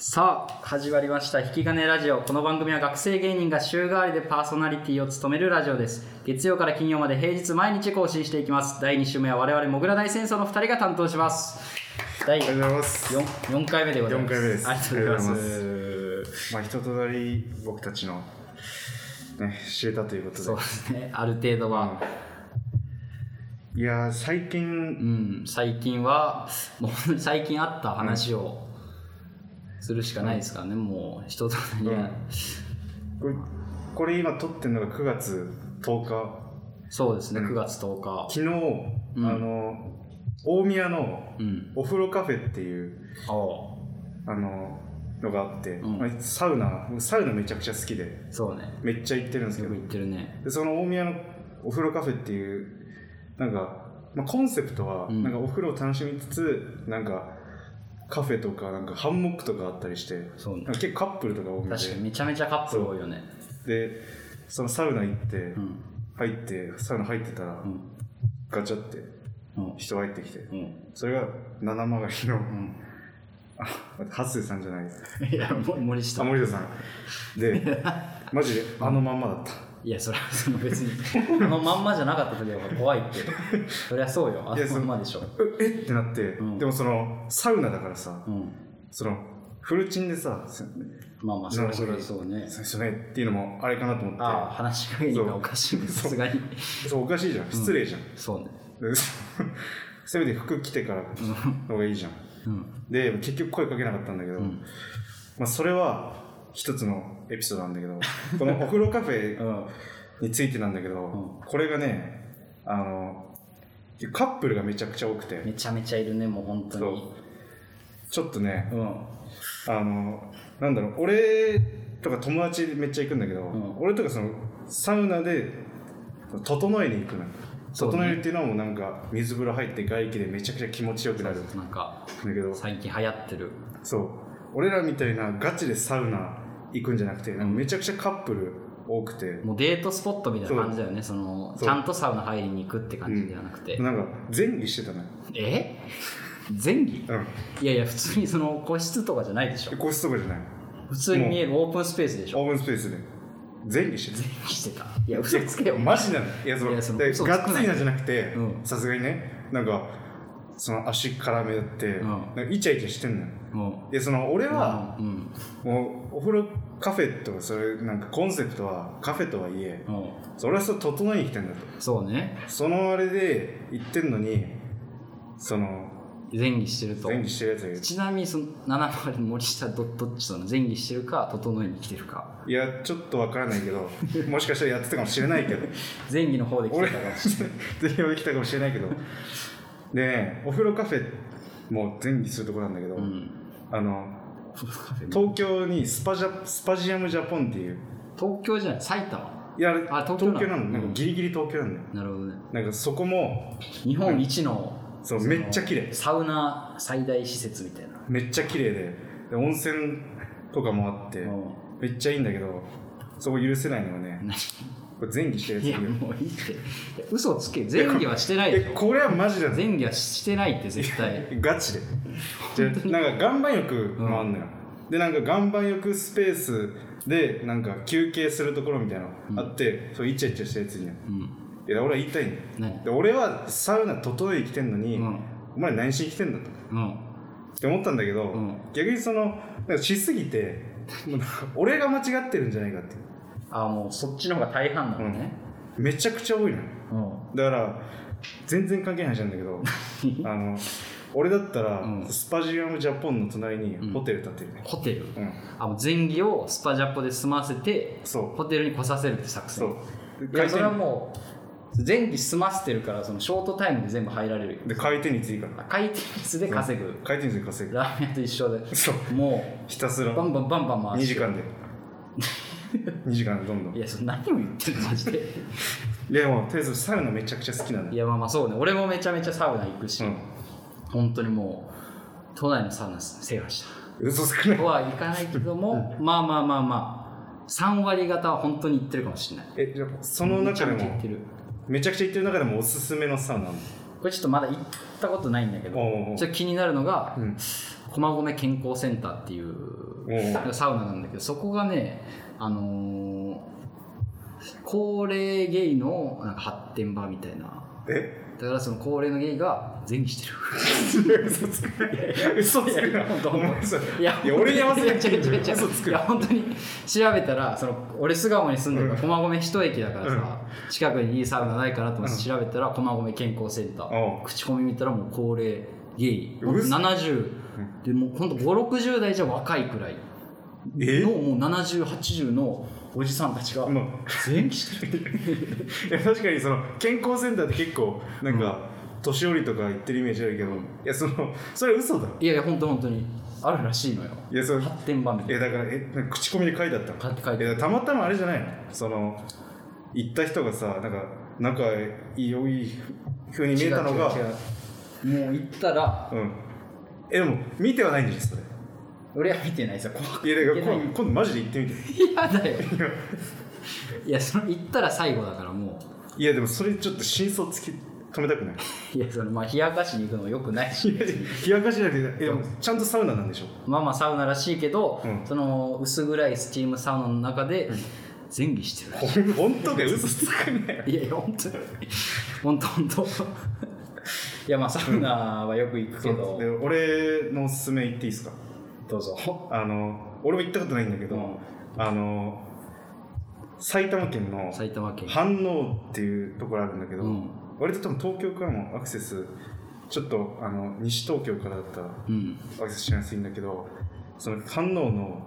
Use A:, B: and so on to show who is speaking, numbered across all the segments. A: さあ始まりました引き金ラジオこの番組は学生芸人が週替わりでパーソナリティを務めるラジオです月曜から金曜まで平日毎日更新していきます第2週目は我々もぐら大戦争の2人が担当します第
B: ありがとうございます。
A: 4, 4回目でござい
B: 4
A: ます
B: 回目です。
A: ありがとうございます
B: まあ、一通り僕たちの、ね、知れたということで。
A: そうですねある程度は、
B: いやー、最
A: う
B: 近、
A: ん、最近はもう本当に最近あった話をするしかないですからね、もう人となりや、
B: うんこれこれ今撮ってるのが9月10日。
A: そうですね9月10日、
B: 昨日、
A: うん
B: あの、大宮の
A: うん
B: お風呂カフェっていう、
A: ああ
B: あの、のがあって、
A: うん
B: まあサウナ、サウナめちゃくちゃ好きで、
A: そうね
B: めっちゃ行ってるんです
A: よ
B: け
A: く
B: ど、
A: 言ってるね
B: でその大宮のお風呂カフェっていうなんか、まあ、コンセプトは、
A: うん
B: なんかお風呂を楽しみつつなんかカフェとかなんかハンモックとかあったりして
A: そうね
B: なんか結構カップルとか多め
A: 確かにめちゃめちゃカップル多いよね
B: ででそのサウナ行って、
A: うん
B: 入ってサウナ入ってたら、
A: うん
B: ガチャって
A: うん
B: 人入ってきて、
A: うん
B: それが七曲りの、
A: ん
B: あ待ってハッスーさんじゃないです
A: いやも森下
B: あ森田さんで マジであのまんまだった
A: いやそれはその別にあのまんまじゃなかった時は怖いってそりゃそうよあ
B: いや
A: のまんまでしょ
B: ええってなって、
A: ん
B: でもそのサウナだからさ、
A: うん
B: そのフルチンでさ、す
A: まあまあそれ
B: なるほど
A: はそうね
B: 最初ねっていうのもあれかなと思って、
A: ああ話し加減がおかしいさすがに
B: そうおかしいじゃん、失礼じゃん。
A: そうね
B: で そせめて服着てからの方がいいじゃん。
A: うん
B: で、結局声かけなかったんだけど、
A: ん
B: まあそれは一つのエピソードなんだ けど、このお風呂カフ
A: う
B: ェ
A: ん
B: についてなんだけど、
A: う
B: これがね、あの、カップルがめちゃくちゃ多くて、
A: めちゃめちゃいるねもう本当に
B: ちょっとね、
A: うん
B: あのなんだろう俺とか友達めっちゃ行くんだけど、
A: ん
B: 俺とかそのサウナで整えに行くのよ
A: そうね
B: 整えるっていうのはもうなんか水風呂入って外気でめちゃくちゃ気持ちよくなるんだ
A: なんか
B: けど
A: 最近流行ってる
B: そう俺らみたいなガチでサウナ行くんじゃなくてなんかめちゃくちゃカップル多くて、
A: もうデートスポットみたいな感じだよねその
B: そう
A: ちゃんとサウナ入りに行くって感じではなくて、
B: なんか前儀してたのよ、
A: え前儀
B: うん
A: いやいや普通にその個室とかじゃないでしょ
B: で、個室とかじゃない
A: 普通に見えるオープンスペースでしょ
B: オーブンスペースで前儀してた
A: 前儀してたいや嘘つけよ
B: マジなのいやそ
A: い
B: の
A: やその
B: で
A: 嘘つくな
B: が
A: い
B: っつりなんじゃなくて
A: うん
B: さすがにねなんかその足絡めって、
A: ん
B: なんかイチャイチャしてんのよ
A: も
B: でその俺
A: う
B: は
A: あのうん
B: もうお風呂カフェとかそれなんかコンセプトはカフェとはいえ
A: うん
B: それはそう整えに来てんだと
A: そうね
B: そのあれで行ってんのにその
A: 前儀してると
B: 前儀してるやつがいる
A: ちなみにその7割森下どどっちその前儀してるか整えに来てるか
B: いやちょっとわからないけどもしかしたらやってたかもしれないけど
A: 前儀の方で来て
B: 俺
A: たから
B: 全員はできたかもしれないけどでねお風呂カフェも前儀するとこなんだけど、
A: うん
B: あの
A: カフェ
B: 東京にスパジャスパジアムジャポンっていう
A: 東京じゃない埼玉
B: いやあれ
A: あ東
B: 東
A: 京
B: 京
A: なの
B: なのなんかギリギリ東京なんだよ、
A: なるほどね
B: なんかそこも
A: 日本一の
B: そう
A: その
B: めっちゃ綺麗
A: サウナ最大施設みたいな
B: めっちゃ綺麗でで温泉とかもあって
A: も
B: めっちゃいいんだけどそこ許せないのはね
A: う何
B: これ前儀してる
A: い
B: や
A: や
B: ついる
A: もういいっていや嘘つけ前儀はしてないでし
B: え
A: ょ
B: これはマジだぜ
A: 前儀はしてないって絶対
B: ガチででなんか岩盤浴もあんのよ、でなんか岩盤浴スペースでなんか休憩するところみたいなのあって、そうイチャイチャしたやつにい
A: うん
B: や俺は言いたいんだよ
A: 何
B: で俺はサウナ整えに来てんのに、
A: うん
B: お前何しに来てんだと
A: うん
B: って思ったんだけど、
A: ん
B: 逆にそのなんかしすぎてもうなんか俺が間違ってるんじゃないかって
A: あもうそっちの方が大半なのね
B: めちゃくちゃ多いのよ
A: うん
B: だから全然関係ない話なんだ けどあの俺だったら、
A: うん
B: スパジアムジャポンの隣にホテル建てるね、
A: ホテル
B: うん
A: あもう前儀をスパジャポで済ませて
B: そう
A: ホテルに来させるって作
B: そ
A: 戦
B: う
A: いやそれはもう前儀済ませてるからそのショートタイムで全部入られるよ
B: で回転率いいから
A: 回転率で稼ぐ
B: 回転率で稼ぐ
A: ラーメン屋と一緒で
B: そう
A: も
B: ひたす
A: う
B: ら
A: バンバンバンバン
B: 2
A: 回
B: 時
A: して
B: 間で 2時間でどんどん
A: い
B: い
A: やそれ何を言ってるのマジで
B: やもうとりあえずサウナめちゃくちゃ好きなんだ
A: いやまあまあそうね俺もめちゃめちゃサウナ行くし、
B: うん
A: 本当にもう都内のサウナ制覇した
B: 嘘少ない
A: とは行かないけども、まあまあまあまあ3割方は本当に行ってるかもしれない
B: えじゃあその
A: めち
B: 中
A: ゃ
B: で
A: めちゃ行
B: も
A: ってる
B: めちゃくちゃ行ってる中でもおすすめのサウナあんの
A: これちょっとまだ行ったことないんだけど
B: おうおう
A: ちょっと気になるのが、
B: うん
A: 駒込健康センターっていう
B: おう
A: サウナなんだけどそこがねあのー高齢ゲイのなんか発展場みたいな
B: え
A: だからその高齢のゲイが前儀してる
B: 嘘つく 嘘つく
A: いや
B: な
A: 本当
B: お前それ
A: いや
B: いや俺に合わせて
A: 違う違う違う
B: 嘘つく
A: いや本当に調べたらその俺巣鴨に住んでるから
B: うん
A: 駒込一駅だからさ、近くにいいサウナないかなと思って調べたら駒込健康センター、
B: おう
A: 口コミ見たらもう高齢ゲイ
B: うっす
A: 70でもうほんと560代じゃ若いくらい
B: え
A: のもう7080のおじさんたちが
B: もう
A: 前期してる
B: いや確かにその健康センターって結構なんか年寄りとか言ってるイメージあるけどいやそのそれ嘘だろ
A: いやいや本当本当にあるらしいのよ
B: いやそれ
A: 発展場みた
B: え
A: いな
B: だからえなんか口コミで書いてあったの
A: 書いて書いて
B: えたまたまあれじゃないのその行った人がさなんか仲良いふうに見えたのが
A: 違う違う違うもう行ったら
B: うんえでも見てはないんじゃないそれ
A: 俺は見てないさ怖くて
B: いやだから
A: 行けない
B: 今今度マジで行ってみて
A: 嫌だよ いやその行ったら最後だからも
B: いやでもそれちょっと真相突き止めたくないう
A: いやそのまあ冷やかしに行くのもよく ないし
B: いや冷やかしじゃなくてえでもちゃんとサウナなんでしょ
A: まあまあサウナらしいけど、
B: うん
A: その薄暗いスチームサウナの中で前儀してる、
B: ほん本当かよ嘘つくね
A: いやいや本当に 本当本当いやまあサウナはよく行くけど、
B: で俺のおすすめ言っていいですか
A: どうぞ
B: あの俺も行ったことないんだけど、
A: うん
B: あの埼玉県の
A: 埼玉県
B: 飯能っていうところあるんだけど、
A: うん
B: 割と多分東京からもアクセスちょっとあの西東京からだったら
A: うん
B: アクセスしやすいんだけどその飯能の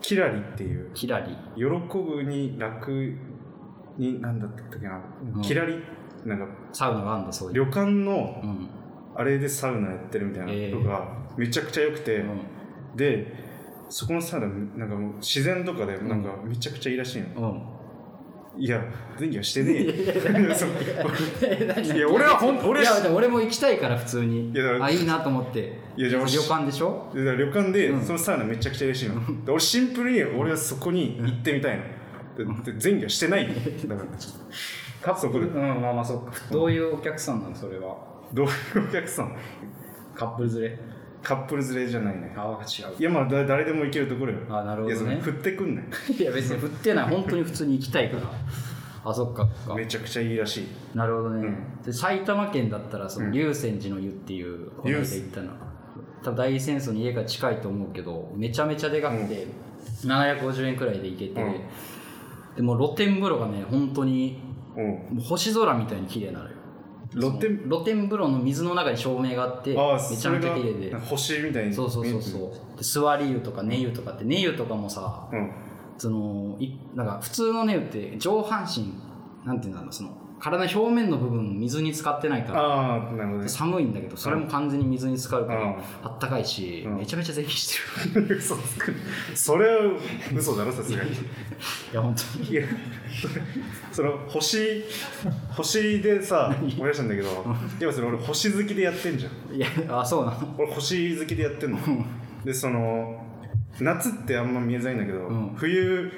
B: キラリっていう
A: キラリ
B: 喜ぶに楽になんだったっけな、
A: うん
B: キラリなんか
A: サウナがあるんだそういう、
B: 旅館の
A: うん
B: あれでサウナやってるみたいなのがめちゃくちゃ良くて、
A: う
B: でそこのサウナなんかもう自然とかでなんかめちゃくちゃいいらしいの、
A: んうん
B: いや電気はしてねえよ そう
A: え何
B: いや俺はほん俺
A: いやでも俺も行きたいから普通に
B: いやだから
A: あいいなと思って
B: いやじゃあ俺
A: 旅館でしょ
B: でだから旅館で
A: うん
B: そのサウナめちゃくちゃ嬉しいの、で俺シンプルに俺はそこに行ってみたいの、でで前儀はしてないよだからそこで
A: うんまあまあそうかどういうお客さんなのそれは
B: どういうお客さん
A: カップル連れ
B: カップル連れじゃないね
A: ああ 違
B: いやまあだ誰でも行けるところよ
A: あなるほどね
B: いやその振ってくんないう
A: いや別に振ってない本当に普通に行きたいからあそっかそっか
B: めちゃくちゃいいらしい
A: なるほどね、
B: うん
A: で埼玉県だったらその
B: うん
A: 龍泉寺の湯っていうこの間行ったの多分大戦争に家が近いと思うけどめちゃめちゃでかくて、750円くらいで行けて、
B: うん
A: でも露天風呂がね本当に
B: うん
A: もう星空みたいに綺麗なのよ
B: 露天
A: その露天風呂の水の中に照明があってめ
B: ああ
A: ちゃめちゃ綺麗で
B: それが星みたいに
A: そうそうそうそうで座り湯とか寝湯とかって寝湯とかもさ
B: うん
A: そのいなんか普通の寝湯って上半身なんていうんだろうその体表面の部分水に浸かってないから
B: ああなるほどね
A: 寒いんだけどそれも完全に水に浸かるから、
B: うん
A: あったかいし、
B: うん
A: めちゃめちゃぜひしてる
B: 嘘つく それは嘘だろさすがに
A: いや本当に
B: いやそれその星星でさ思い出したんだけど今それ俺星好きでやってんじゃん
A: いやあそうなの
B: 俺星好きでやってんのでその夏ってあんま見えづらいんだけど、
A: うん
B: 冬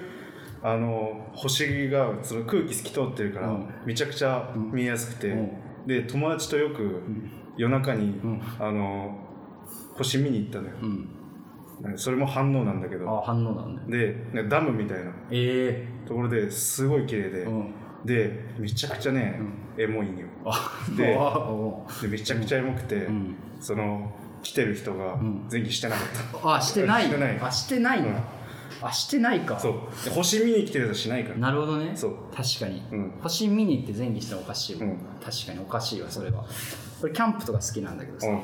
B: あの星がその空気透き通ってるから、
A: うん
B: めちゃくちゃ見えやすくて、
A: う
B: で友達とよく夜中に、
A: ん
B: あの星見に行ったのよ
A: うん
B: なんかそれも反応なんだけど
A: あ反応なんだね
B: でなんかダムみたいな
A: え
B: ところですごい綺麗で、
A: えうん
B: でめちゃくちゃね、エモいんよ
A: あ
B: で
A: あ お
B: でめちゃくちゃエモくて、
A: ううん
B: その来てる人が
A: ん
B: 前儀してなかった、
A: あしてない
B: してない
A: あしてないの、
B: うん
A: あしてないか
B: そうで星見に来てるやつはしないから
A: なるほどね
B: そう
A: 確かに、
B: うん
A: 星見に行って前儀したらおかしいわ、
B: うん
A: 確かにおかしいわそれは俺キャンプとか好きなんだけどさ、
B: うん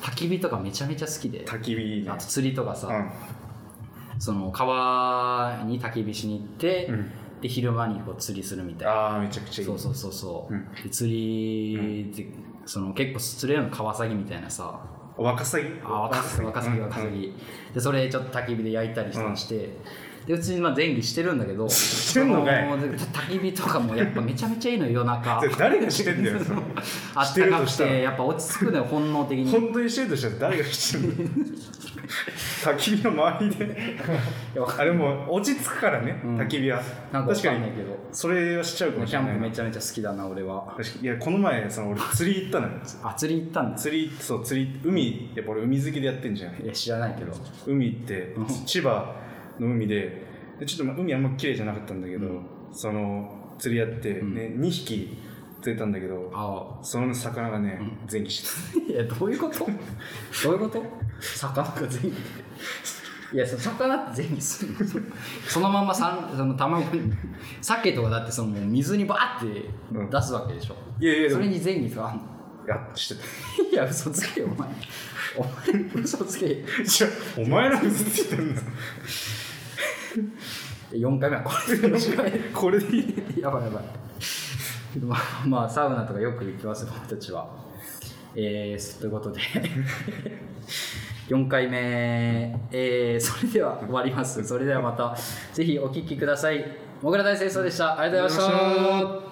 A: 焚き火とかめちゃめちゃ好きで
B: 焚き火いいね
A: あと釣りとかさ、
B: う
A: その川に焚き火しに行って、
B: ん、うん、
A: で昼間にこう釣りするみたいな
B: ああめちゃくちゃいい
A: そうそうそうそう、
B: うん
A: で釣りって、その結構釣れるのカワサギみたいなさ
B: ワカサギ
A: あワカサギワカサギワカサギ、でそれちょっと焚き火で焼いたりして、で普通にまあ前儀してるんだけど
B: してんのかい
A: もう焚き火とかもやっぱめちゃめちゃいいのよ夜中
B: 誰がしてんだよその
A: あっ
B: して
A: た
B: る
A: か
B: と
A: く
B: したら
A: てやっぱ落ち着くのよ本能的に
B: 本当にしてるとしたら誰がして るんだよ焚き火の周りで
A: やわかん
B: あれも落ち着くからね、
A: うん
B: 焚き火は
A: なんかわ
B: 確
A: か
B: か
A: んない
B: に
A: けど
B: それはしちゃうかもし
A: キ
B: れ
A: ャ
B: な
A: ンプめ
B: い
A: ちゃめちゃ好きだな俺は
B: 確かにいやこの前その俺釣り行ったのよ
A: あ釣り行ったんです
B: 釣りそう釣り海やっぱ俺海好きでやってんじゃん
A: いや知らないけど
B: 海行って
A: うん
B: 千葉の海ででちょっとまあ海あんま綺麗じゃなかったんだけど、
A: うん
B: その釣りやって、ね
A: ん
B: 2匹釣れたんだけど
A: あ
B: その魚がね、
A: うん
B: 前期して
A: あ いやどういうことどういうこと魚が全員いやその魚って全員するのそのまんまさんその卵に鮭とかだってそのもう水にバーって
B: うん
A: 出すわけでしょ、
B: いやいやでも
A: それに前儀とかあんの
B: やしてた
A: いや嘘つけよお前お前嘘つけ
B: じゃあお前 ら嘘ついてんだ
A: 4回目はこれで4回
B: これでいい
A: 目 やばいやばいまあ、 まあ、サウナとかよく行きます僕たちはえー、ということで4回目、えー、それでは終わりますそれではまたぜひお聞きくださいもぐら大清掃でしたありがとうございました